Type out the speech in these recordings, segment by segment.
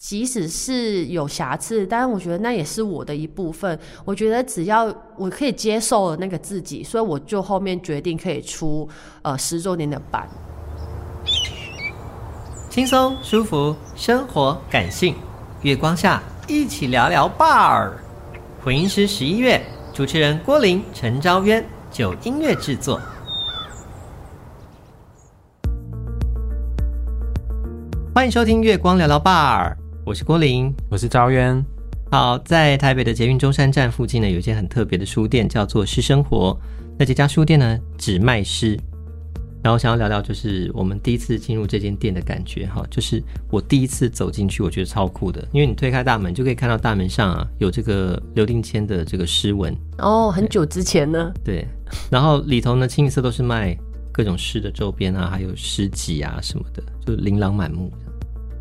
即使是有瑕疵，但是我觉得那也是我的一部分。我觉得只要我可以接受了那个自己，所以我就后面决定可以出呃十周年的版。轻松舒服，生活感性，月光下一起聊聊 bar。混音师十一月，主持人郭林、陈昭渊，九音乐制作。欢迎收听《月光聊聊 bar》，我是郭林。我是赵渊，好，在台北的捷运中山站附近呢，有一间很特别的书店，叫做诗生活。那这家书店呢，只卖诗。然后想要聊聊，就是我们第一次进入这间店的感觉哈，就是我第一次走进去，我觉得超酷的，因为你推开大门就可以看到大门上啊有这个刘定谦的这个诗文，哦，很久之前呢，对，然后里头呢清一色都是卖各种诗的周边啊，还有诗集啊什么的，就琳琅满目。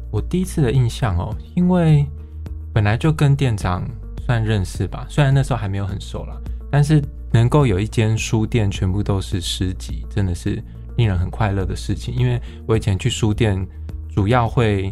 我第一次的印象哦，因为本来就跟店长算认识吧，虽然那时候还没有很熟啦，但是能够有一间书店全部都是诗集，真的是令人很快乐的事情。因为我以前去书店，主要会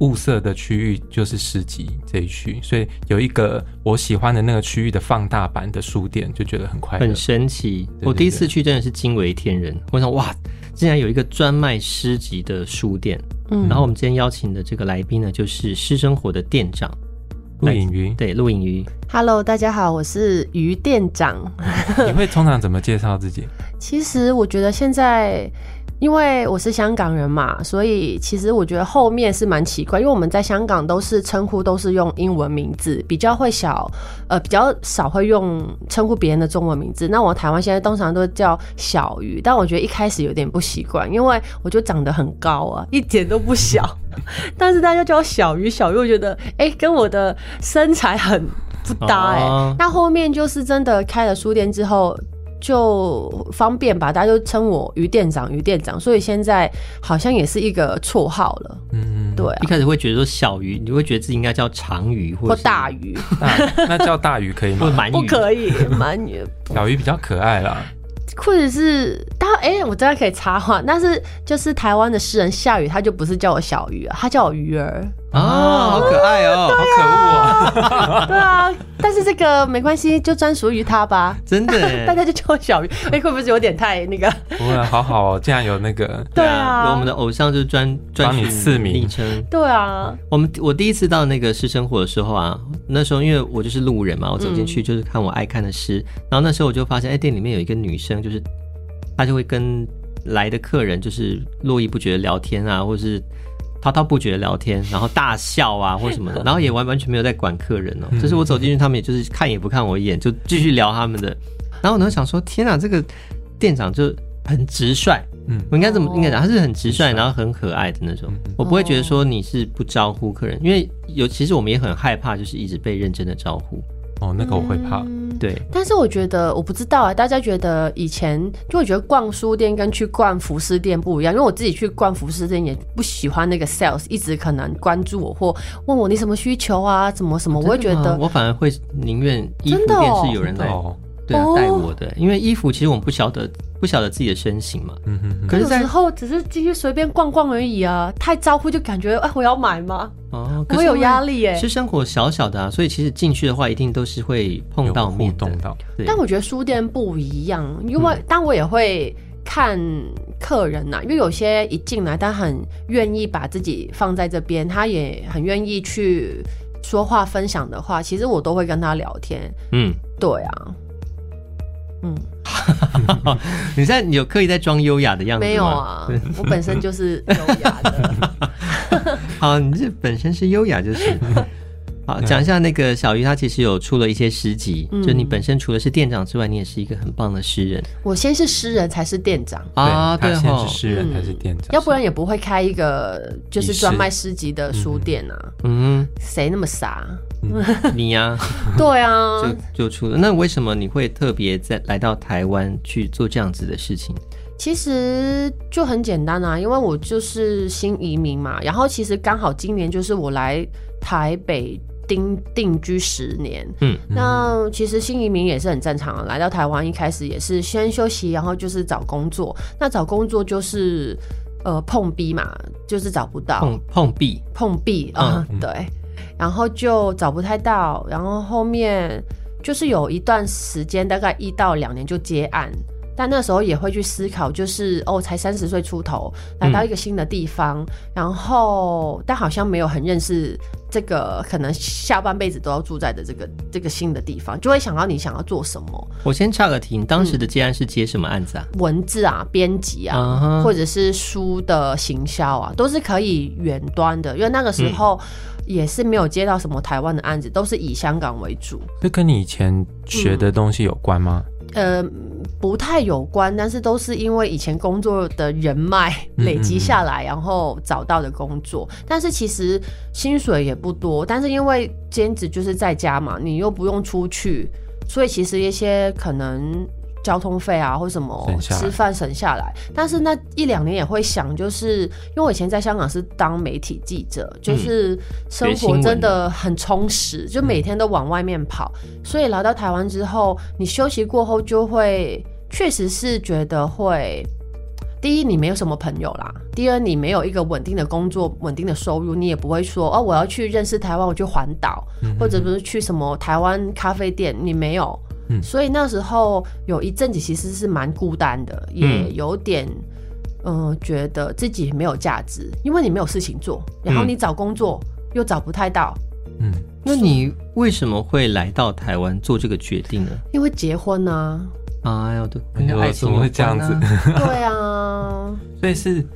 物色的区域就是诗集这一区，所以有一个我喜欢的那个区域的放大版的书店，就觉得很快乐很。神奇。对我第一对次对去真的是惊为天人，我想哇，竟然有一个专卖诗集的书店。嗯然后我们今天邀请的这个来宾呢，就是诗生活的店长，陆隐云，对，陆隐瑜。 ，Hello，大家好，我是于店长。你会通常怎么介绍自己？其实我觉得现在，因为我是香港人嘛，所以其实我觉得后面是蛮奇怪，因为我们在香港都是称呼都是用英文名字，比较会小，呃，比较少会用称呼别人的中文名字。那我台湾现在通常都叫小鱼，但我觉得一开始有点不习惯，因为我就长得很高啊，一点都不小， 但是大家叫我小鱼，小鱼我觉得，哎、跟我的身材很不搭、哎、哦那后面就是真的开了书店之后。就方便吧，大家就称我于店长，于店长，所以现在好像也是一个绰号了，嗯，对一啊，开始会觉得说小鱼，你会觉得自己应该叫长鱼或或是大鱼，大那叫大鱼可以或 吗？鳗鱼，不可 以，蛮鱼，小鱼比较可爱啦。或者是当哎、我真的可以插话，但是就是台湾的诗人夏雨，他就不是叫我小鱼啊，他叫我鱼儿，哦，好可爱 哦，好可恶哦！对啊，但是这个没关系，就专属于他吧，真的耶。大家就叫我小鱼，哎、会不会有点太那个？ 不会，好好哦，竟然有那个对有我啊们，的偶像就是专专帮你属赐名昵称，对啊，我们我第一次到那个诗生活的时候啊，那时候因为我就是路人嘛，我走进去就是看我爱看的诗，然后那时候我就发现，哎、店里面有一个女生，就是她就会跟来的客人就是络绎不绝的聊天啊，或是滔滔不绝的聊天，然后大笑啊或什么的，然后也完完全没有在管客人哦、就是我走进去，他们也就是看也不看我一眼，就继续聊他们的，然后我呢想说，天啊，这个店长就很直率，嗯我应该这么哦应该讲，他是很直率，直率然后很可爱的那种嗯嗯。我不会觉得说你是不招呼客人，因为有其实我们也很害怕，就是一直被认真的招呼。哦，那个我会怕。嗯对，但是我觉得我不知道啊，大家觉得以前就我觉得逛书店跟去逛服饰店不一样，因为我自己去逛服饰店也不喜欢那个 sales 一直可能关注我或问我你什么需求啊，怎么什么，我会觉哦真的吗得我反而会宁愿衣服真的哦店是有人来哦，对啊哦带我的，因为衣服其实我们不晓得不晓得自己的身形嘛。嗯哼哼，可有是在时候只是进去随便逛逛而已啊，太招呼就感觉哎我要买吗？哦，我可会是有压力。力欸耶、是生活小小的啊，所以其实进去的话，一定都是会碰到有互面的动。到，对，嗯但我觉得书店不一样，因为、但我也会看客人啊呐、因为有些一进来，他很愿意把自己放在这边，他也很愿意去说话分享的话，其实我都会跟他聊天。嗯，对啊，嗯，你现在你有刻意在装优雅的样子吗？没有 啊，我本身就是优雅的。好，你这本身是优雅就是。 好，讲一下那个小鱼，他其实有出了一些诗集，嗯就你本身除了是店长之外，你也是一个很棒的诗人我先是诗人，才是店长。啊对他吼嗯先是，诗人还是店啊长？要不然也不会开一个就是专卖诗集的书店啊，嗯，谁那么傻？你 呀、对啊，就就出了。那为什么你会特别在来到台湾去做这样子的事情？其实就很简单啊，因为我就是新移民嘛，然后其实刚好今年就是我来台北定定居十年，嗯，那其实新移民也是很正常的，啊来到台湾一开始也是先休息，然后就是找工作，那找工作就是。呃碰壁嘛，就是找不到碰碰壁，碰壁啊、嗯对，然后就找不太到，然后后面就是有一段时间，大概一到两年就接案，但那时候也会去思考，就是哦，才三十岁出头，来到一个新的地方，嗯然后但好像没有很认识这个，可能下半辈子都要住在的这个这个新的地方，就会想到你想要做什么，我先岔个题，你当时的接案是接什么案子啊？文字啊，编辑啊，啊哈或者是书的行销啊，都是可以远端的，因为那个时候也是没有接到什么台湾的案子，都是以香港为主。这跟你以前学的东西有关吗？呃，不太有关，但是都是因为以前工作的人脉嗯累积下来，然后找到的工作。但是其实薪水也不多，但是因为兼职就是在家嘛，你又不用出去，所以其实一些可能。交通费啊，或什么省下来吃饭省下来，但是那一两年也会想，就是因为我以前在香港是当媒体记者，嗯就是生学新活闻嗯真的的很充实，就每天都往外面跑。所以来到台湾之后，你休息过后就会，确实是觉得会，第一你没有什么朋友啦，第二你没有一个稳定的工作、稳定的收入，你也不会说哦我要去认识台湾，我去环岛，嗯或者不是去什么台湾咖啡店，你没有。嗯所以那时候有一阵子其实是蛮孤单的，也嗯有点。嗯、觉得自己没有价值，因为你没有事情做，然后嗯你找工作、又找不太到，嗯，那你为什么会来到台湾做这个决定呢？因为结婚 啊，哎呀，对，哎呦跟爱情怎么会这样有关 啊？对啊，所以是，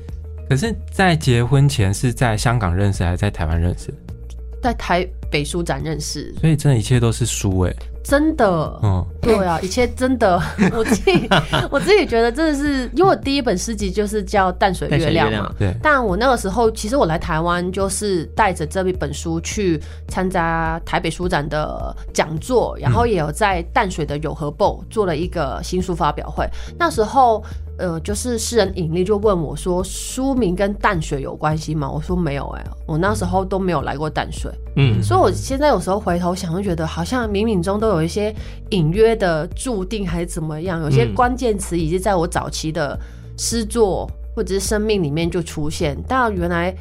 可是，在结婚前是在香港认识还是在台湾认识？在台北书展认识，所以真的一切都是输哎、真的，嗯， 对啊，一切真的， 我自己我自己觉得真的是，因为我第一本诗集就是叫《淡水淡水月月亮》嘛亮，对，但我那个时候，其实我来台湾就是带着这一本书去参加台北书展的讲座，然后也有在淡水的友和报做了一个新书发表会。那时候，呃，就是诗人尹力就问我说，书名跟淡水有关系吗？我说没有、欸，我那时候都没有来过淡水，嗯，所以我现在有时候回头想，就觉得好像冥冥中都有一些隐约的注定，还是怎么样，有些嗯关键词已经在我早期的诗作或者是生命里面就出现，但原来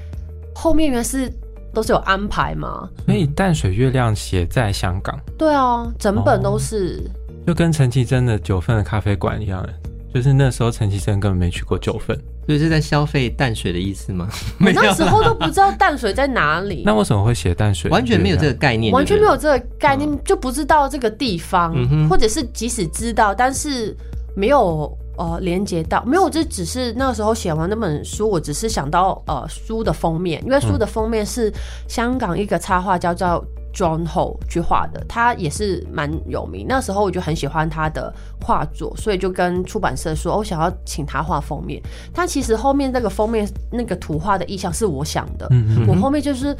后面原来是都是有安排嘛？所以淡水月亮写在香港，对啊，整本都是。就跟陈绮贞的九份的咖啡馆一样、欸，就是那时候陈绮贞根本没去过九份，所以是在消费淡水的意思吗？我那时候都不知道淡水在哪里，那为什么会写淡水？完全没有这个，概念，完全没有对这个概念，就不知道这个地方，嗯哼或者是即使知道，但是没有呃连接到，没有，这只是那个时候写完那本书，我只是想到呃书的封面，因为嗯书的封面是香港一个插画家叫。John Ho 去画的，他也是蛮有名。那时候我就很喜欢他的画作，所以就跟出版社说，哦我想要请他画封面。但其实后面那个封面那个图画的意象是我想的，嗯我后面就是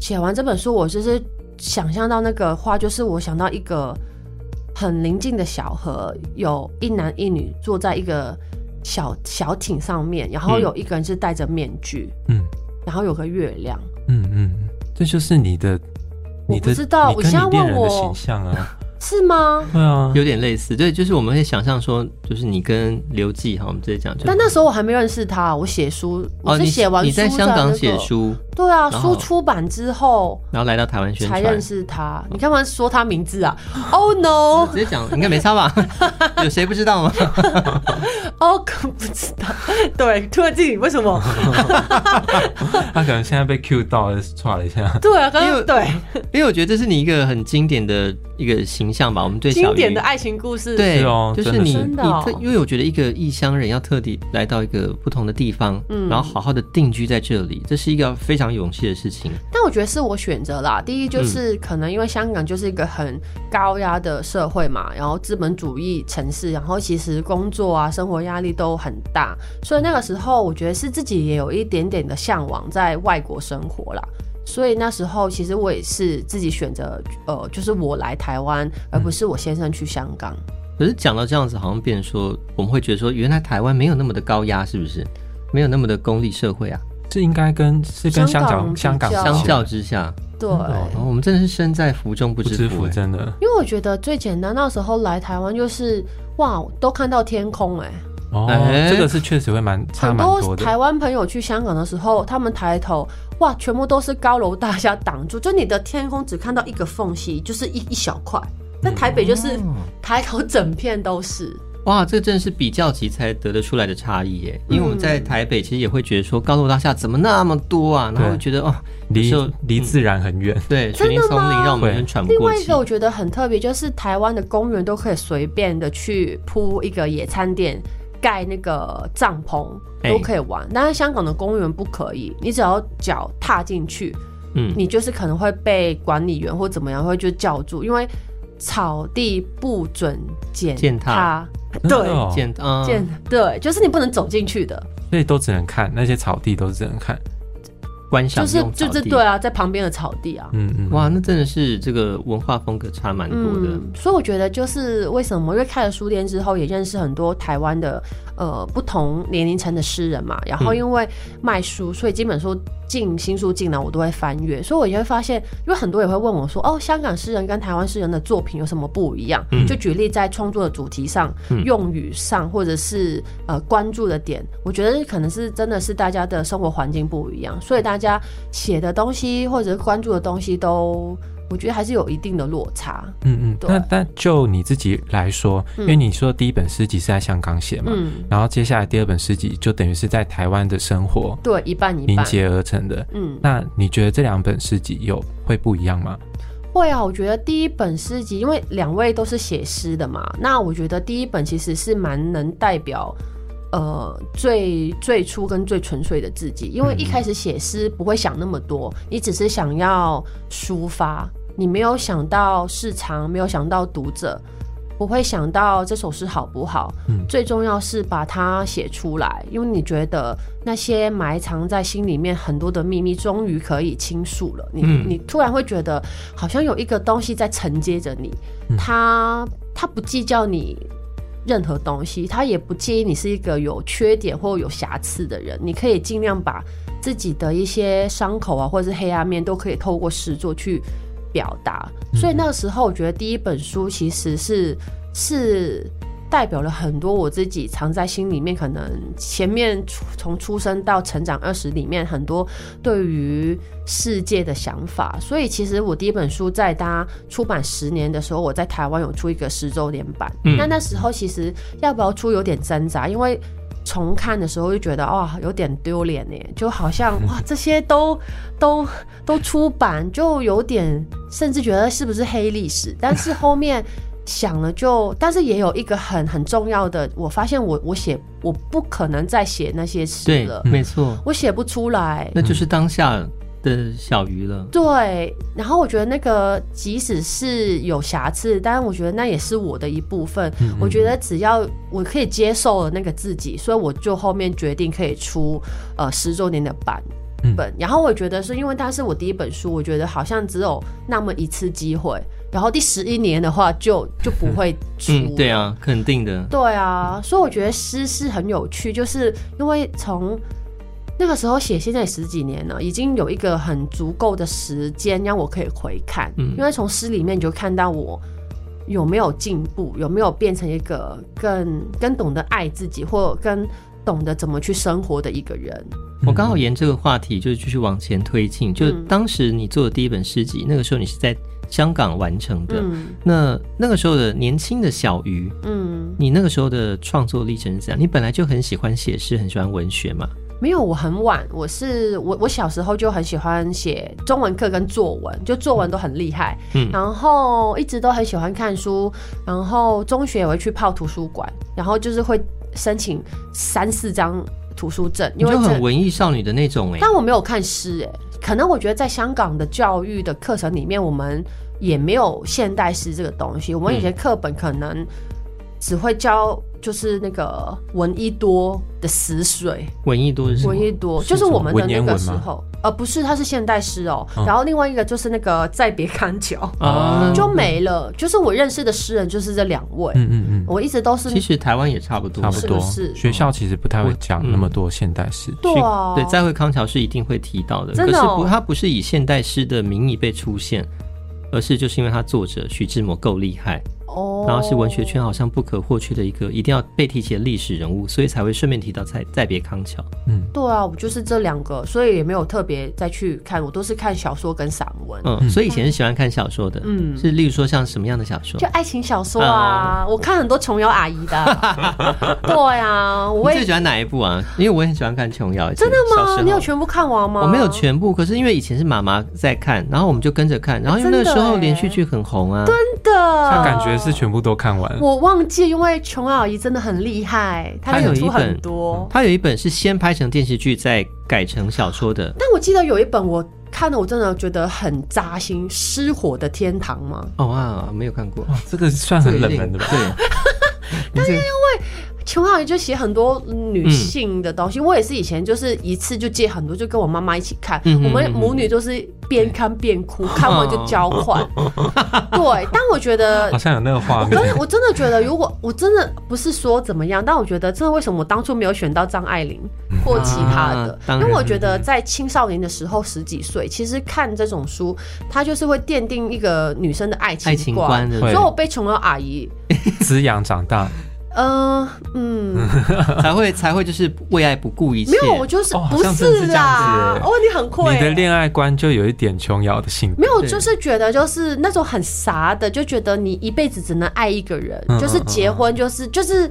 写完这本书，我就是想象到那个画，就是我想到一个很宁静的小河，有一男一女坐在一个小小艇上面，然后有一个人是戴着面具，嗯然后有个月亮。嗯嗯嗯，这就是你的，你我的，不知道你跟我现在你恋问人我的形象啊，是吗？对啊，有点类似，对，就是我们会想象说，就是你跟刘季哈，我们直接讲，就但那时候我还没认识他，我写书，我哦，是你写完书你在香那港个写，书，对啊，然书后出版之后然后来到台湾宣才传，认识他。你干嘛说他名字啊？Oh no！ 直接讲应该没差吧？ 有谁不知 道吗？哦，可不知道。 对，突然自己为什么？他可能现在被 Q 到了，唰了一下，对啊，刚因为刚对。因为我觉得这是你一个很经典的一个形象吧，我们对小经鱼典的爱情故事。，对是哦就是真的你是真你的哦特，因为我觉得一个异乡人要特地来到一个不同的地方，嗯然后好好的定居在这里，这是一个非常有勇气的事情。但我觉得是我选择啦。第一嗯就是可能因为香港就是一个很高压的社会嘛，然后资本主义城市，然后其实工作啊、生活压力都很大，所以那个时候我觉得是自己也有一点点的向往在外国生活啦。所以那时候其实我也是自己选择，呃，就是我来台湾，而不是我先生去香港。可是讲到这样子，好像变成说，我们会觉得说，原来台湾没有那么的高压，是不是？没有那么的功利社会啊，这应该跟是跟香港香香港港比较相较之下，对。哦哦，我们真的是身在福中不不知知福、福，欸真的因为我觉得最简单，那时候来台湾就是哇，都看到天空哎、哦，哎这个是确实会蛮差很蛮多多的。台湾朋友去香港的时候，他们抬头，哇，全部都是高楼大厦挡住，就你的天空只看到一个缝隙，就是一一小块。那台北就是哦抬头整片都是，哇，这真的是比较级才得得出来的差异耶。嗯因为我们在台北其实也会觉得说高楼大厦怎么那么多啊，然后会觉得哦，有离时候离自然很远，对，真雪的林松林吗让我们有点喘不另过外一气个。我觉得很特别，就是台湾的公园都可以随便的去铺一个野餐垫，盖那个帐篷哎都可以玩，但是香港的公园不可以，你只要脚踏进去，嗯，你就是可能会被管理员或怎么样会就叫住，因为草地不准践践踏踏，真的对，哦简嗯，践对，就是你不能走进去的，所以都只能看那些草地，都只能看。观赏就是用就草是地对啊，在旁边的草地啊，嗯嗯，哇，那真的是这个文化风格差蛮多的。嗯，所以我觉得就是为什么，因为开了书店之后，也认识很多台湾的呃不同年龄层的诗人嘛。然后嗯因为卖书，所以基本说进新书进来我都会翻阅，所以我也会发现，因为很多也会问我说，哦，香港诗人跟台湾诗人的作品有什么不一样？就举例在创作的主题上、嗯用语上，或者是呃关注的点，我觉得可能是真的是大家的生活环境不一样，所以大家写的东西或者是关注的东西都。我觉得还是有一定的落差，嗯嗯，对那但就你自己来说，因为你说第一本诗集是在香港写嘛，嗯，然后接下来第二本诗集就等于是在台湾的生活对，一半一凝半。结而成的。嗯，那你觉得这两本诗集有会不一样吗？会啊，我觉得第一本诗集，因为两位都是写诗的嘛，那我觉得第一本其实是蛮能代表。呃，最最初跟最纯粹的自己，因为一开始写诗不会想那么多，你只是想要抒发，你没有想到市场，没有想到读者，不会想到这首诗好不好。嗯最重要是把它写出来，因为你觉得那些埋藏在心里面很多的秘密，终于可以倾诉了。你、嗯你突然会觉得，好像有一个东西在承接着你，嗯他他不计较你任何东西，他也不介意你是一个有缺点或有瑕疵的人，你可以尽量把自己的一些伤口啊，或者是黑暗面，都可以透过诗作去表达。所以那个时候，我觉得第一本书其实是是。代表了很多我自己藏在心里面，可能前面出从出生到成长二十里面很多对于世界的想法。所以其实我第一本书在它出版十年的时候，我在台湾有出一个十周年版。嗯那那时候其实要不要出有点挣扎，因为。重看的时候就觉得哇，有点丢脸呢，就好像嗯哇，这些都都都出版，就有点甚至觉得是不是黑历史。但是后面想了就， 但是也有一个很很重要的，我发现我我写我不可能再写那些诗对嗯了，，没错，我写不出来。那就是当下的小鱼了。对，然后我觉得那个即使是有瑕疵，但是我觉得那也是我的一部分。嗯我觉得只要我可以接受了那个自己，所以我就后面决定可以出呃十周年的版嗯本。然后我觉得是因为它是我第一本书，我觉得好像只有那么一次机会，然后第十一年的话就就不会出、嗯，对。啊，肯定的。对啊，所以我觉得诗是很有趣，就是因为从那个时候写，现在也十几年了，已经有一个很足够的时间让我可以回看。嗯因为从诗里面你就看到我有没有进步，有没有变成一个更更懂得爱自己，或更懂得怎么去生活的一个人。我刚好沿这个话题就是继续往前推进，就嗯当时你做的第一本诗集，那个时候你是在香港完成的。嗯那那个时候的年轻的小鱼，嗯，你那个时候的创作历程是怎样？你本来就很喜欢写诗，很喜欢文学嘛？没有，我很晚，我是我我小时候就很喜欢写中文课跟作文，就作文都很厉害。嗯然后一直都很喜欢看书，然后中学也会去泡图书馆，然后就是会申请三四张图书证，你因为就很这，文艺少女的那种哎、但我没有看诗哎、可能我觉得在香港的教育的课程里面，我们也没有现代诗这个东西，我们以前课本可能只会教就是那个闻一多的死水。文艺多是什么闻？一多，是就是什么我们的文那言个文时吗候，呃，不是，它是现代诗哦。嗯然后另外一个就是那个再别康桥，啊，哦就没了。就是我认识的诗人就是这两位，嗯嗯嗯，我一直都是其实台湾也差不多，差不是不多。是学校其实不太会讲嗯那么多现代诗，对啊，对，再会康桥是一定会提到的，真的可是哦不，它不是以现代诗的名义被出现，而是就是因为它作者徐志摩够厉害，哦，然后是文学圈好像不可或缺的一个一定要被提起的历史人物，所以才会顺便提到再再别康桥。嗯，对啊，我就是这两个，所以也没有特别再去看，我都是看小说跟散文，嗯，所以以前是喜欢看小说的，嗯是例嗯如说像什么样的小说就？爱情小说啊，我看很多琼瑶阿姨的， 对啊，我你最也喜欢哪一部啊？因为我也很喜欢看琼瑶，真的小时吗？候你有全部看完吗？我没有全部，可是因为以前是妈妈在看，然后我们就跟着看，然后因为那个时真的候欸连续剧很红啊，真的，他感觉是全部都看完了。我忘记，因为琼瑶阿姨真的很厉害，她嗯她有演出一本嗯很多。它有一本是先拍成电视剧，再改成小说的，但我记得有一本我看了，我真的觉得很扎心，《失火的天堂》吗？哦啊，没有看过，哇，这个算 很冷门的吧？对， 你这琼瑶阿姨就写很多女性的东西，我也是以前就是一次就借很多，就跟我妈妈一起看，嗯嗯嗯我们母女就是边看边哭，看完就交 换。对，但我觉得好像有那个 画 面真。的，我真的觉得，如果我真的不是说怎么样，但我觉得，真的为什么我当初没有选到张爱玲嗯或其他的啊？当然因为我觉得在青少年的时候，十几岁，其实看这种书，它就是会奠定一个女生的爱情爱情观的所对以我被琼瑶阿姨，滋养长大，嗯、嗯，才会才会就是为爱不顾一切没，有，我就是、哦好不像真的是是这样啦子。耶哦，你很会你的恋爱观就有一点琼瑶的性格。没有，对就是觉得就是那种很傻的，就觉得你一辈子只能爱一个人，嗯就是结婚就是就是，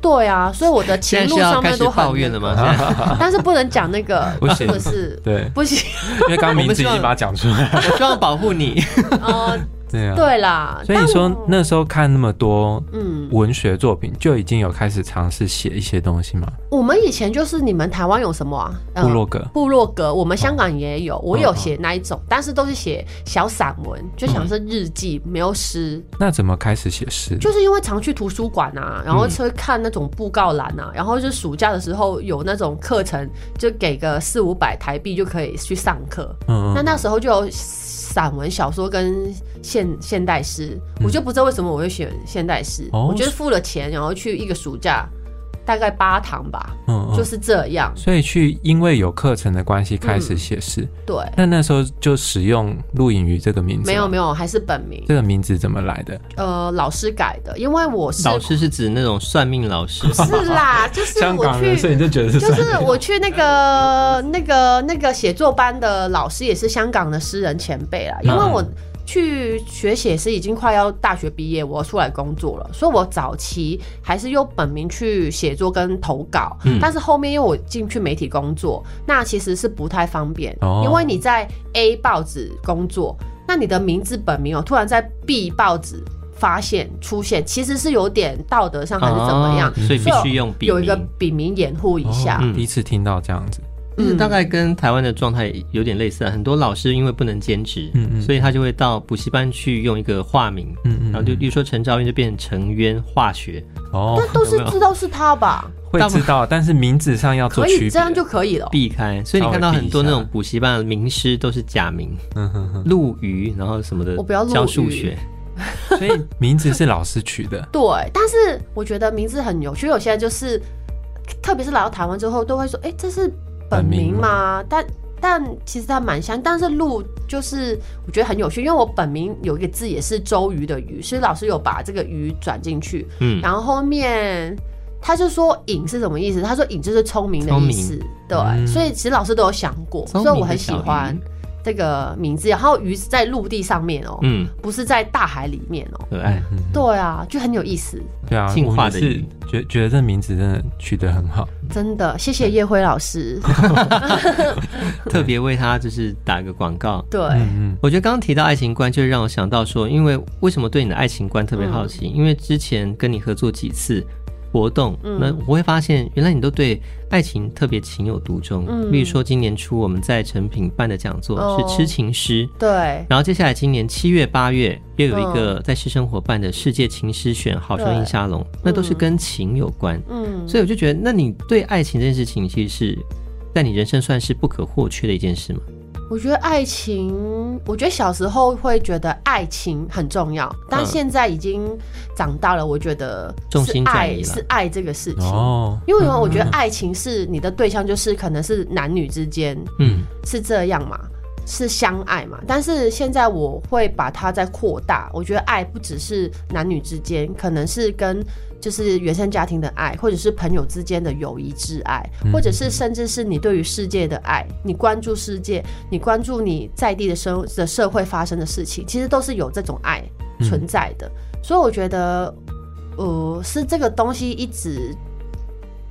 对啊，所以我的情现在路是要上开面始都很抱怨了那个吗？现在但是不能讲那个不是行不是？对，不行，因为刚刚名字已经把它讲 出来。我希望保护你，哦，对啊，对啦，所以你说那时候看那么多但我嗯，文学作品，就已经有开始尝试写一些东西嘛？我们以前就是你们台湾有什么啊？呃部落格，部落格，我们香港也有，我有写那一种，但是都是写小散文，就想是日记，没有诗，那怎么开始写诗？就是因为常去图书馆啊，然后会看那种布告栏嗯啊，然后就暑假的时候有那种课程，就给个四五百台币就可以去上课，嗯那嗯，那时候就有散文、小说跟现现代诗，我就不知道为什么我会选现代诗。嗯哦我就是付了钱，然后去一个暑假，大概八堂吧，嗯嗯就是这样。所以去因为有课程的关系开始写诗。对，那那时候就使用陆隐鱼这个名字吗，嗯没有没有，还是本名，这个名字怎么来的？呃，老师改的，因为我是 老师是指那种算命老师，是啦， 就是我去。你就觉得是就是我去那个那个那个写作班的老师也是香港的诗人前辈嗯啦，因为我去学写诗已经快要大学毕业，我要出来工作了，所以我早期还是用本名去写作跟投稿，嗯但是后面因为我进去媒体工作，那其实是不太方便，哦因为你在 A 报纸工作，那你的名字本名哦，突然在 B 报纸发现出现，其实是有点道德上还是怎么样，哦所以必须用笔名有一个笔名掩护一下。嗯哦第一次听到这样子，嗯就是大概跟台湾的状态有点类似啊。很多老师因为不能兼职，嗯嗯所以他就会到补习班去用一个化名，嗯嗯然后就例如说陈兆渊就变成陈渊化学，哦，但都是知道是他吧，会知道，但是名字上要做可区以别。这样就可哦以了。避开。所以你看到很多那种补习班的名师都是假名，嗯哼哼，陆瑜，然后什么的，我不要陆瑜。教数学，所以名字是老师取的 对，但是我觉得名字很有趣，有些人就是，特别是来到台湾之后，都会说，哎、这是本名本名吗？但但其实它蛮像，但是陆就是我觉得很有趣，因为我本名有一个字也是周瑜的瑜，所以老师有把这个瑜转进去，嗯，然后后面。他就说“颖”是什么意思？他说“颖”就是聪明的意思聪，对、嗯所以其实老师都有想过，聪所明以的我很喜欢这个名字。然后“鱼”是在陆地上面哦、嗯，哎不是在大海里面哦、可爱。嗯哼对啊，就很有意思，对啊，进化的我也是鱼觉觉得这名字真的取得很好。真的。谢谢叶辉老师，特别为他就是打个广告。对，嗯我觉得刚刚提到爱情观，就让我想到说，因为为什么对你的爱情观特别好奇？因为之前跟你合作几次活动，嗯那我会发现原来你都对爱情特别情有独钟。嗯例如说今年初我们在成品办的讲座哦是痴情诗，对，然后接下来今年七月、八月又有一个嗯在私生活办的世界情诗选好声音沙龙，那都是跟情有关。嗯，所以我就觉得，那你对爱情这件事情，其实是在你人生算是不可或缺的一件事吗？我觉得爱情，我觉得小时候会觉得爱情很重要，但嗯现在已经长大了，我觉得重是心转爱移了是爱这个事哼，情。哦，因为我觉得爱情是你的对象，就是可能是男女之间嗯，是这样嘛。是相爱嘛，但是现在我会把它再扩大，我觉得爱不只是男女之间，可能是跟就是原生家庭的爱，或者是朋友之间的友谊之爱，或者是甚至是你对于世界的爱，你关注世界，你关注你在地的生的社会发生的事情，其实都是有这种爱嗯存在的。所以我觉得，呃，是这个东西一直。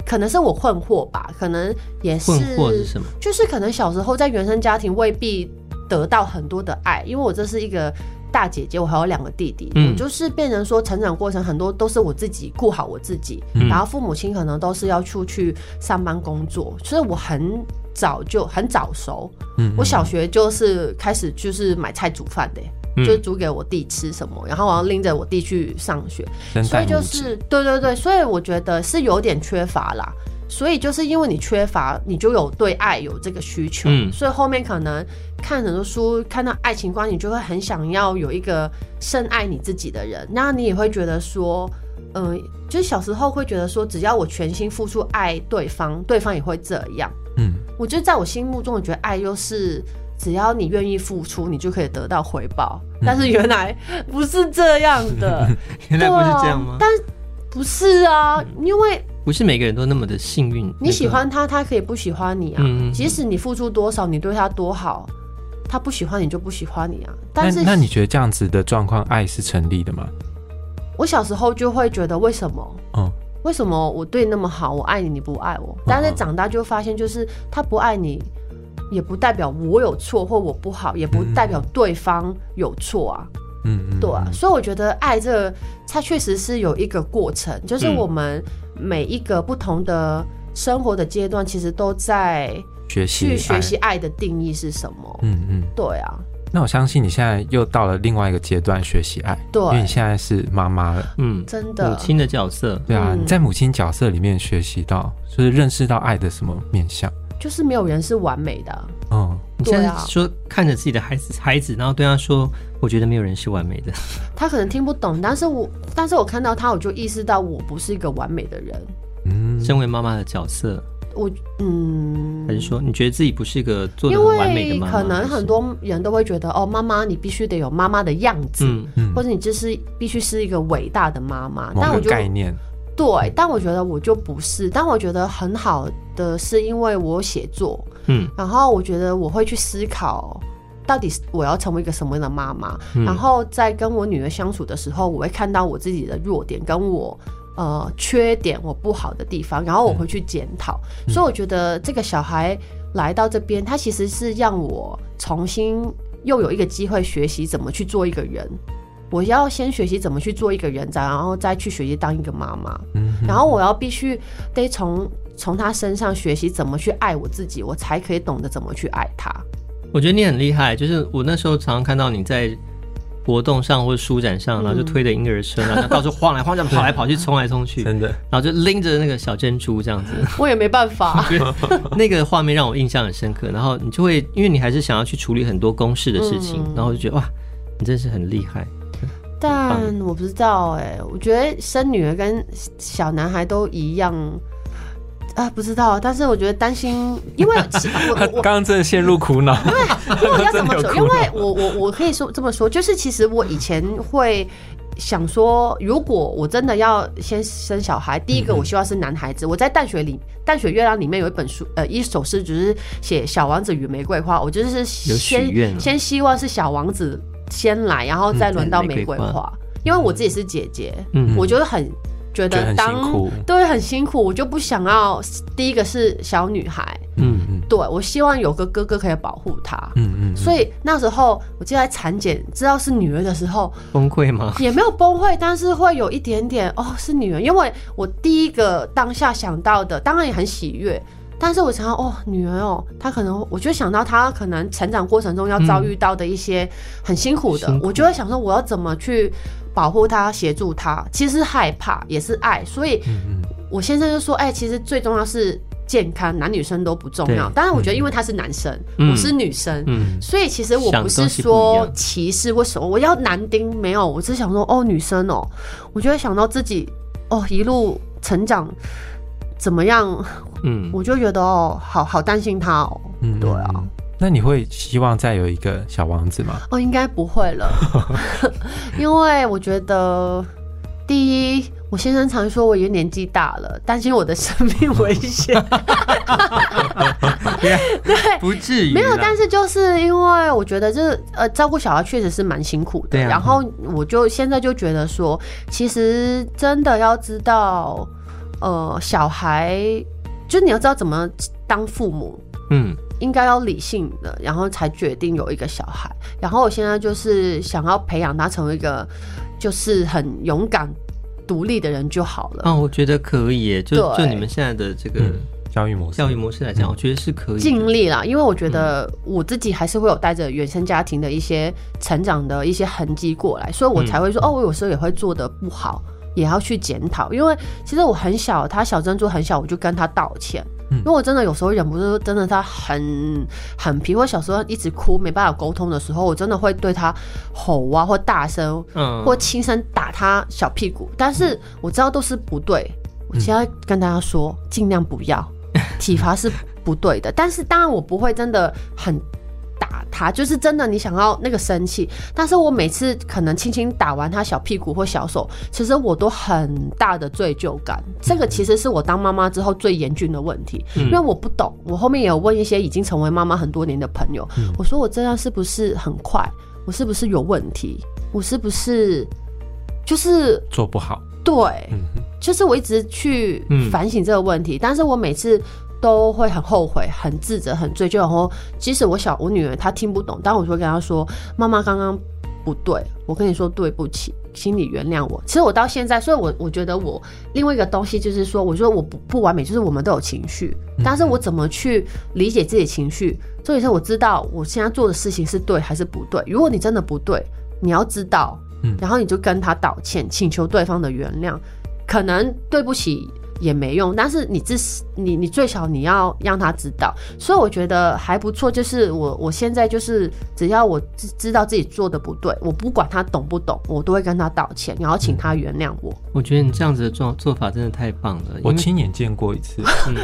可能是我混惑吧，可能也是困惑是什么？就是可能小时候在原生家庭未必得到很多的爱，因为我这是一个大姐姐，我还有两个弟弟，嗯我就是变成说成长过程很多都是我自己顾好我自己，嗯然后父母亲可能都是要出去上班工作，所以我很早就很早熟，嗯我小学就是开始就是买菜煮饭的、嗯就是煮给我弟吃什么，然后我要拎着我弟去上学，生所以带就拇指是对对对，所以我觉得是有点缺乏啦。所以就是因为你缺乏，你就有对爱有这个需求，嗯所以后面可能看很多书，看到爱情观，你就会很想要有一个深爱你自己的人。那你也会觉得说，嗯、就是小时候会觉得说，只要我全心付出爱对方，对方也会这样。嗯，我觉得在我心目中，我觉得爱就是只要你愿意付出，你就可以得到回报。嗯但是原来不是这样的，原来不是这样吗？对啊不是啊，嗯因为不是每个人都那么的幸运。那你个喜，欢他，他可以不喜欢你啊。嗯嗯嗯即使你付出多少，你对他多好，他不喜欢你就不喜欢你啊。但是那那你觉得这样子的状况，爱是成立的吗？我小时候就会觉得，为什么？嗯，为什么我对你那么好，我爱你，你不爱我？但是长大就发现，就是他不爱你，也不代表我有错或我不好，也不代表对方有错啊。嗯嗯，对啊，所以我觉得爱这个，它确实是有一个过程，就是嗯我们每一个不同的生活的阶段，其实都在学习去学爱习，爱的定义是什么。嗯嗯。对啊，那我相信你现在又到了另外一个阶段学习爱，因为你对，啊现在是妈妈了，嗯，真母的，亲的角色，对啊，嗯你在母亲角色里面学习到，就是认识到爱的什么面向，就是没有人是完美的啊，嗯，你现对在啊说看着自己的孩子孩子，然后对他说，我觉得没有人是完美的。他可能听不懂，但是我但是我看到他，我就意识到我不是一个完美的人。嗯，身为妈妈的角色，我嗯还，是说你觉得自己不是一个做的因很完美的为妈妈？可能很多人都会觉得，哦，妈妈你必须得有妈妈的样子，嗯，嗯或者你就是必须是一个伟大的妈妈。某但我个就 概念，对，但我觉得我就不是，但我觉得很好的是因为我有写作，嗯，然后我觉得我会去思考。到底是我要成为一个什么样的妈妈？嗯然后在跟我女儿相处的时候，我会看到我自己的弱点，跟我呃缺点，我不好的地方，然后我会去检讨。嗯所以我觉得这个小孩来到这边，他其实是让我重新又有一个机会学习怎么去做一个人。我要先学习怎么去做一个人，然后再去学习当一个妈妈。嗯然后我要必须得从从他身上学习怎么去爱我自己，我才可以懂得怎么去爱他。我觉得你很厉害，就是我那时候常常看到你在活动上或者书展嗯上，然后就推着婴儿车，然后到处晃来晃去，跑 来跑去，冲来冲去，真的，然后就拎着那个小珍珠这样子，我也没办法， 那个画面让我印象很深刻。然后你就会，因为你还是想要去处理很多公事的事情，嗯然后就觉得哇，你真是很厉害。但我不知道哎、我觉得生女儿跟小男孩都一样。啊，不知道，但是我觉得担心，因为我我刚刚真的陷入苦恼， 因为要怎么真的说？有因苦恼为我我我可以说这么说，就是其实我以前会想说，如果我真的要先生小孩，第一个我希望是男孩子。我在淡水里淡水月亮里面有一本书，呃，一首诗就是写《小王子与玫瑰花》，我就是许愿先啊先希望是小王子先来，然后再轮到嗯对玫瑰玫瑰花，因为我自己是姐姐，嗯我就很觉觉得得很辛当苦，对很辛苦，我就不想要第一个是小女孩，嗯，嗯对我希望有个哥哥可以保护她。嗯嗯，所以以那时候我记得在产检知道是女儿的时候，崩溃吗？也没有崩溃，但是会有一点点哦是女儿，因为我第一个当下想到的当然也很喜悦，但是我想到哦女儿哦，她可能我就想到她可能成长过程中要遭遇到的一些很辛苦的，嗯辛苦我就会想说我要怎么去保护她、协助她，其实害怕也是爱，所以嗯我先生就说：“哎、其实最重要是健康，男女生都不重要。对当然，我觉得因为他是男生，嗯我是女生，嗯所以其实我不是想的东西不一说样歧视或什么，我要男丁没有，我只是想说哦，女生哦，我就会想到自己哦一路成长怎么样，嗯，我就觉得哦，好好担心他哦。嗯，对啊。那你会希望再有一个小王子吗？哦，应该不会 了，因为我觉得第一，我先生常说我已经年纪大了，担心我的生命危险。 不至于没啦，有，但是就是因为我觉得这呃照顾小孩确实是蛮辛苦的，对啊然后我就现在就觉得说，其实真的要知道，呃，小孩就是你要知道怎么当父母，嗯，应该要理性的，然后才决定有一个小孩。然后我现在就是想要培养他成为一个就是很勇敢、独立的人就好了。啊，我觉得可以耶，就对就你们现在的这个嗯，教育模式，教育模式来讲，嗯我觉得是可以嗯的尽力啦，因为我觉得我自己还是会有带着原生家庭的一些成长的一些痕迹过来，所以嗯我才会说，哦，我有时候也会做的不好，也要去检讨。因为其实我很小，他小珍珠很小，我就跟他道歉。嗯因为我真的有时候忍不住，真的他很很皮，或小时候一直哭没办法沟通的时候，我真的会对他吼啊，或大声，嗯，或轻声打他小屁股。但是我知道都是不对，我现在跟大家说，尽量不要，体罚是不对的。但是当然我不会真的很打他，就是真的你想要那个生气。但是我每次可能轻轻打完他小屁股或小手，其实我都很大的罪疚感。这个其实是我当妈妈之后最严峻的问题，因为我不懂。我后面也有问一些已经成为妈妈很多年的朋友，我说我这样是不是很快？我是不是有问题？我是不是就是做不好，对？嗯哼，就是我一直去嗯反省这个问题，但是我每次都会很后悔、很自责、很追究。然后，即使我小我女儿她听不懂，但我就会跟她说：“妈妈刚刚不对，我跟你说对不起，请你原谅我。”其实我到现在，所以我我觉得我另外一个东西就是说，我觉得我不不完美，就是我们都有情绪，但是我怎么去理解自己的情绪？重点是我知道我现在做的事情是对还是不对。如果你真的不对，你要知道嗯，然后你就跟他道歉，请求对方的原谅。可能对不起也没用，但是你至你你最少你要让他知道，所以我觉得还不错。就是我我现在就是只要我知知道自己做的不对，我不管他懂不懂，我都会跟他道歉，然后请他原谅我。我觉得你这样子的做做法真的太棒了，因我为嗯亲眼见过一次，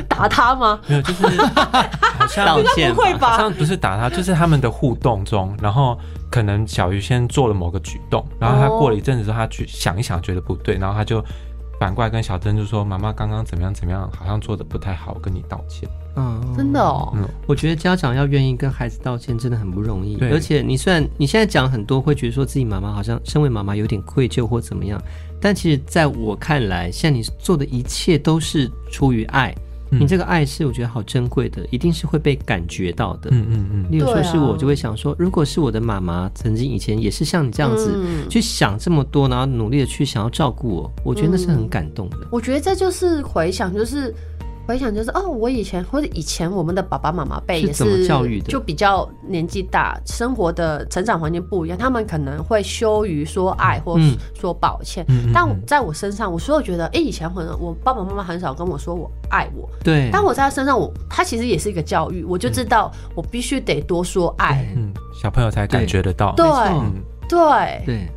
打他吗？没有，就是好像道 歉不会吧，吧？好像不是打他，就是他们的互动中，然后可能小鱼先做了某个举动，然后他过了一阵子之后，他去想一想，觉得不对，然后他就反过来跟小珍珠说：“妈妈刚刚怎么样怎么样，好像做的不太好，我跟你道歉。嗯， 真的哦，嗯我觉得家长要愿意跟孩子道歉真的很不容易，对而且你虽然你现在讲很多，会觉得说自己妈妈好像身为妈妈有点愧疚或怎么样，但其实在我看来，像你做的一切都是出于爱，嗯你这个爱是我觉得好珍贵的，一定是会被感觉到的。嗯”嗯嗯例如说对啊是我就会想说，如果是我的妈妈曾经以前也是像你这样子、嗯去想这么多，然后努力的去想要照顾我，我觉得那是很感动的。我觉得这就是回想，就是回想，就是哦，我以前或者以前我们的爸爸妈妈辈是也怎么教育的就比较年纪大，生活的成长环境不一样，他们可能会羞于说爱或嗯说抱歉。嗯，但在我身上，我所有觉得，哎、以前可能我爸爸妈妈很少跟我说我爱我，嗯对，但我在他身上我，他其实也是一个教育，我就知道我必须得多说爱。对嗯，小朋友才感觉得到。对嗯，对，对，啊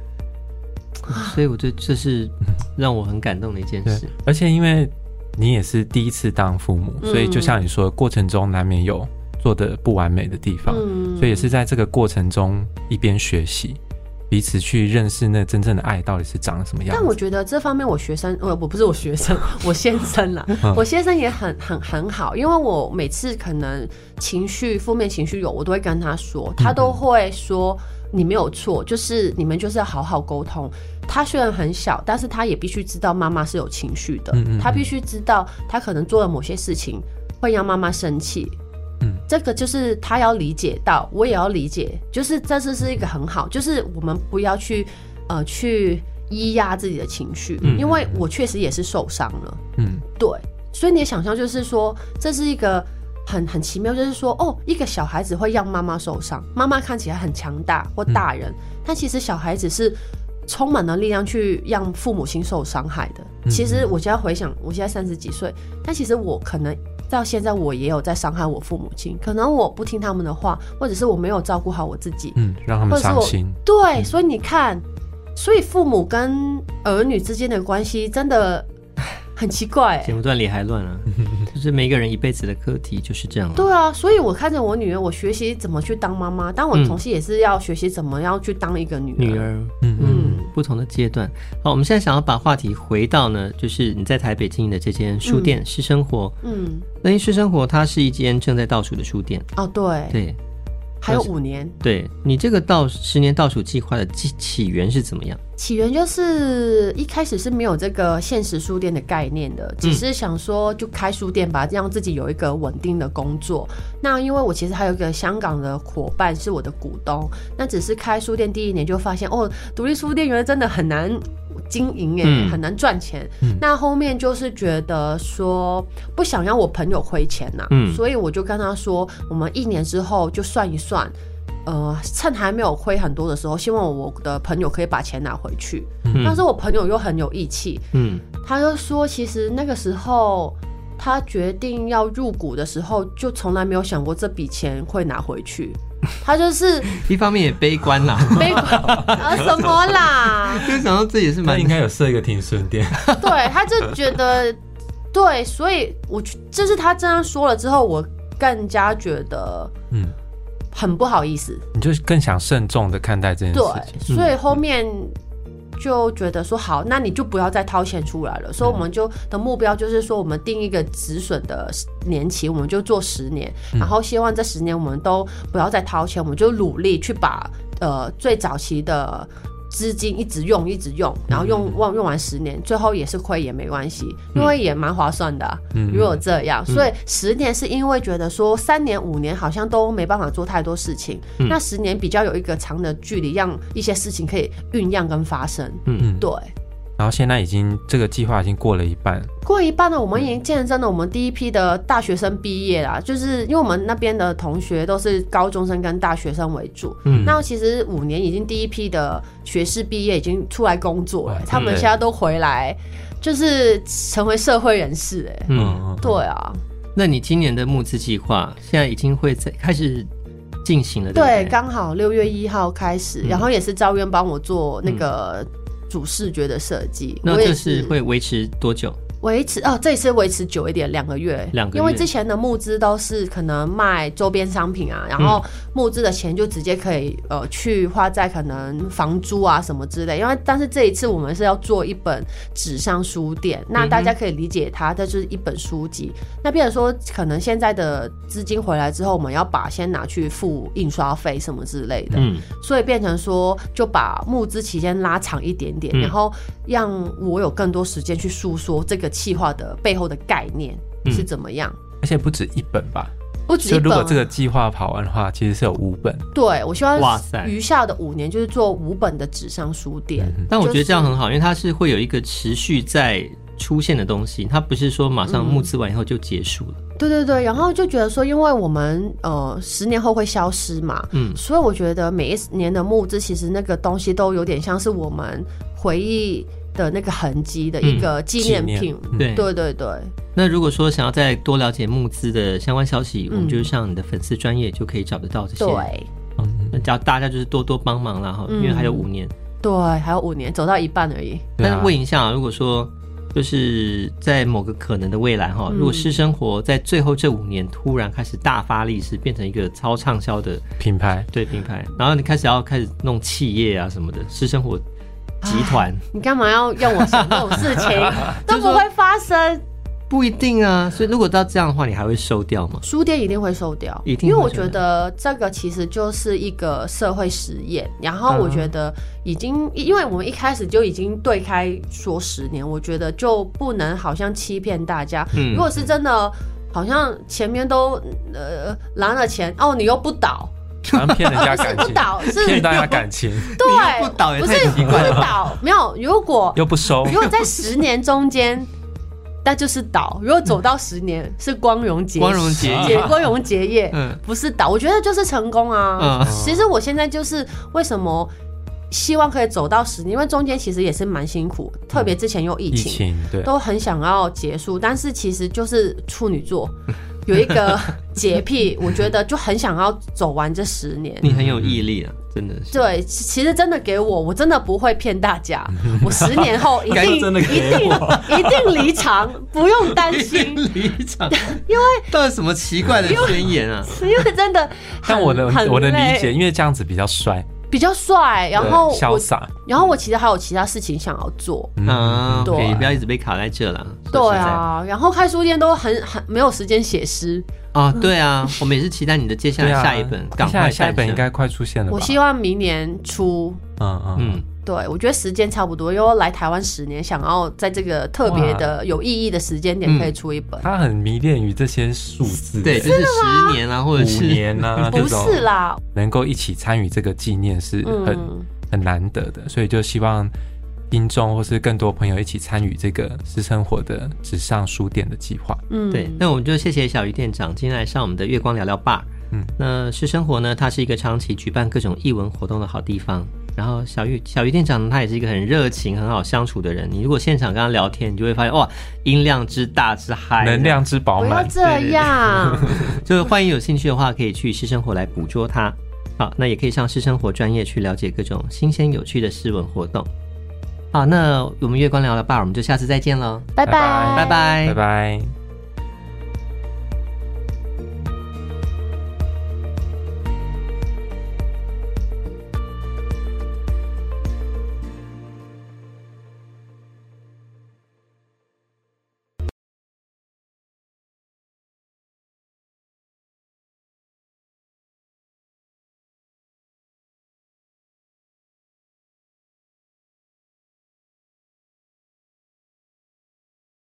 所以我觉得这是让我很感动的一件对事。，而且因为你也是第一次当父母，嗯所以就像你说，过程中难免有做的不完美的地方，嗯所以也是在这个过程中一边学习，彼此去认识那真正的爱到底是长什么样但我子。觉得这方面，我学生，我我不是我学生， 我先生啦，嗯我先生也很很很好，因为我每次可能情绪负面情绪有，我都会跟他说，嗯他都会说你没有错，就是你们就是要好好沟通。他虽然很小，但是他也必须知道妈妈是有情绪的，嗯嗯嗯他必须知道他可能做了某些事情会让妈妈生气。嗯这个就是他要理解到，我也要理解，就是这次是一个很好，就是我们不要去呃去抑压自己的情绪，嗯因为我确实也是受伤了。嗯，对，所以你的想象就是说，这是一个很很奇妙，就是说，哦，一个小孩子会让妈妈受伤，妈妈看起来很强大或大人，嗯但其实小孩子是充满了力量去让父母亲受伤害的。嗯其实我现在回想，我现在三十几岁，但其实我可能。到现在，我也有在伤害我父母亲，可能我不听他们的话，或者是我没有照顾好我自己，嗯，让他或们者是伤我心。对，所以你看，所以父母跟儿女之间的关系真的很奇怪、 节目段里还乱了、就是每一个人一辈子的课题就是这样了。对啊，所以我看着我女儿，我学习怎么去当妈妈，但我同时也是要学习怎么样去当一个女儿。嗯女儿，嗯嗯，嗯，不同的阶段。好，我们现在想要把话题回到呢，就是你在台北经营的这间书店“诗、生活嗯，”。那因为“诗生活”它是一间正在倒数的书店，哦对，对还有五年。对。你这个倒十年倒数计划的起起源是怎么样？起源就是一开始是没有这个现实书店的概念的，只是想说就开书店吧，让自己有一个稳定的工作。那因为我其实还有一个香港的伙伴是我的股东，那只是开书店第一年就发现哦，独立书店原来真的很难经营哎、嗯很难赚钱。嗯那后面就是觉得说不想让我朋友亏钱呐、嗯所以我就跟他说，我们一年之后就算一算。呃，趁还没有亏很多的时候，希望我的朋友可以把钱拿回去。嗯但是我朋友又很有义气，嗯他就说，其实那个时候他决定要入股的时候，就从来没有想过这笔钱会拿回 去。他就是一方面也悲观啦， 悲观啊什么啦？就想到自己是那蛮应该有设一个停损点，对，他就觉得对，所以我就就是他这样说了之后，我更加觉得嗯，很不好意思。你就更想慎重的看待这件对事嗯情，，所以后面就觉得说好，那你就不要再掏钱出来了。所以嗯我们就的目标就是说，我们定一个止损的年期，我们就做十年，嗯然后希望这十年我们都不要再掏钱，我们就努力去把呃最早期的。资金一直用，一直用，嗯然后用用用完十年，最后也是亏也没关系，因为也蛮划算的啊、嗯如果这样，所以十年是因为觉得说三年五年好像都没办法做太多事情，嗯那十年比较有一个长的距离，让一些事情可以酝酿跟发生。嗯，对，然后现在已经这个计划已经过了一半，过一半呢，我们已经见证了我们第一批的大学生毕业啦，就是因为我们那边的同学都是高中生跟大学生为主，嗯那其实五年已经第一批的学士毕业已经出来工作了，哇他们对现在都回来，就是成为社会人士、哎，嗯。嗯，对啊，那你今年的募资计划现在已经会在开始进行了，对不对，对？嗯刚好六月一号开始，然后也是赵渊帮我做那个主视觉的设计。那我也这是会维持多久？维持哦，这一次维持久一点，两个月，两个月因为之前的募资都是可能卖周边商品啊，然嗯后募资的钱就直接可以呃去花在可能房租啊什么之类。因为但是这一次我们是要做一本纸上书店，嗯那大家可以理解它，这就是一本书籍。那变成说，可能现在的资金回来之后，我们要把先拿去付印刷费什么之类的。嗯，所以变成说，就把募资期间拉长一点点，嗯然后让我有更多时间去诉说这个企划的背后的概念嗯是怎么样。而且不止一本吧，不止就一如本果啊，这个计划跑完的话，其实是有五本，对我希望哇塞余下的五年就是做五本的纸上书店。嗯但我觉得这样很好，因为它是会有一个持续在出现的东西，它不是说马上募资完以后就结束了。对对对，然后就觉得说，因为我们呃十年后会消失嘛，嗯所以我觉得每一年的募资其实那个东西都有点像是我们回忆的那个痕迹的一个纪念纪品。嗯对对对对，那如果说想要再多了解募资的相关消息，嗯我们就是上你的粉丝专业就可以找得到这些。对。嗯那只要大家就是多多帮忙啦哈，因为嗯还有五年。对，还有五年，走到一半而已。对但啊是问一下、啊，如果说就是在某个可能的未来哈，嗯如果私生活在最后这五年突然开始大发力，是变成一个超畅销的品 牌，对品牌，然后你开始要开始弄企业啊什么的，私生活集团。你干嘛要用我想这种事 情？ 都不会发生。不一定啊，所以如果到这样的话，你还会收掉吗？书店一定会收掉，一定因为会我收掉觉得这个其实就是一个社会实验。然后我觉得嗯已经，因为我们一开始就已经对开说十年，我觉得就不能好像欺骗大家。嗯如果是真的，好像前面都呃拿了钱哦，你又不倒，然后骗人不 家是啊感不情，倒，是骗大家感情，你 对，又不倒也不太是奇怪了不倒，没有。如果又不收，如果在十年中间，那就是倒；如果走到十年，是光荣 结光荣结业结光荣结业，嗯不是倒。我觉得就是成功啊。嗯其实我现在就是为什么希望可以走到十年，因为中间其实也是蛮辛苦，特别之前有疫情对，都很想要结束，但是其实就是处女 座有一个洁癖，我觉得就很想要走完这十年。你很有毅力啊。真的是。对，其其实真的给我，我真的不会骗大 家，我十年后一该定是真的一给定 一定离场，不用担 心，离场，因为到底什么奇怪的宣言啊？因为真的很。但我的很我的累理解，因为这样子比较帅，比较帅，然后对潇哦我，洒，然后我其实还有其他事情想要做，嗯啊，对可以不要一直被卡在这啦。说对实在的，啊，然后开书店都很很没有时间写诗，啊，对啊，我们也是期待你的接下对来啊，下一本，接赶下快来下一诞本生应该快出现了吧？我希望明年出。嗯嗯嗯，嗯，对，我觉得时间差不多，因为我来台湾十年，想要在这个特别的有意义的时间点嗯可以出一本。他很迷恋于这些数字，对，就是十年啊，或者五是年 啊，这不种是啦，能够一起参与这个纪念是很、嗯，很难得的，所以就希望听众或是更多朋友一起参与这个私生活的纸上书店的计划。嗯，对，那我们就谢谢小鱼店长今天来上我们的月光聊聊吧。嗯嗯，那是生活呢，它是一个长期举办各种艺文活动的好地方。然后小鱼小鱼店长呢他也是一个很热情、很好相处的人。你如果现场跟他聊天，你就会发现哇，音量之大之嗨，能量之饱不要满，这样。就是欢迎有兴趣的话，可以去私生活来捕捉它。好，那也可以上私生活专业去了解各种新鲜有趣的诗文活动。好，那我们月光聊了吧，我们就下次再见喽，拜 拜拜，拜拜拜拜。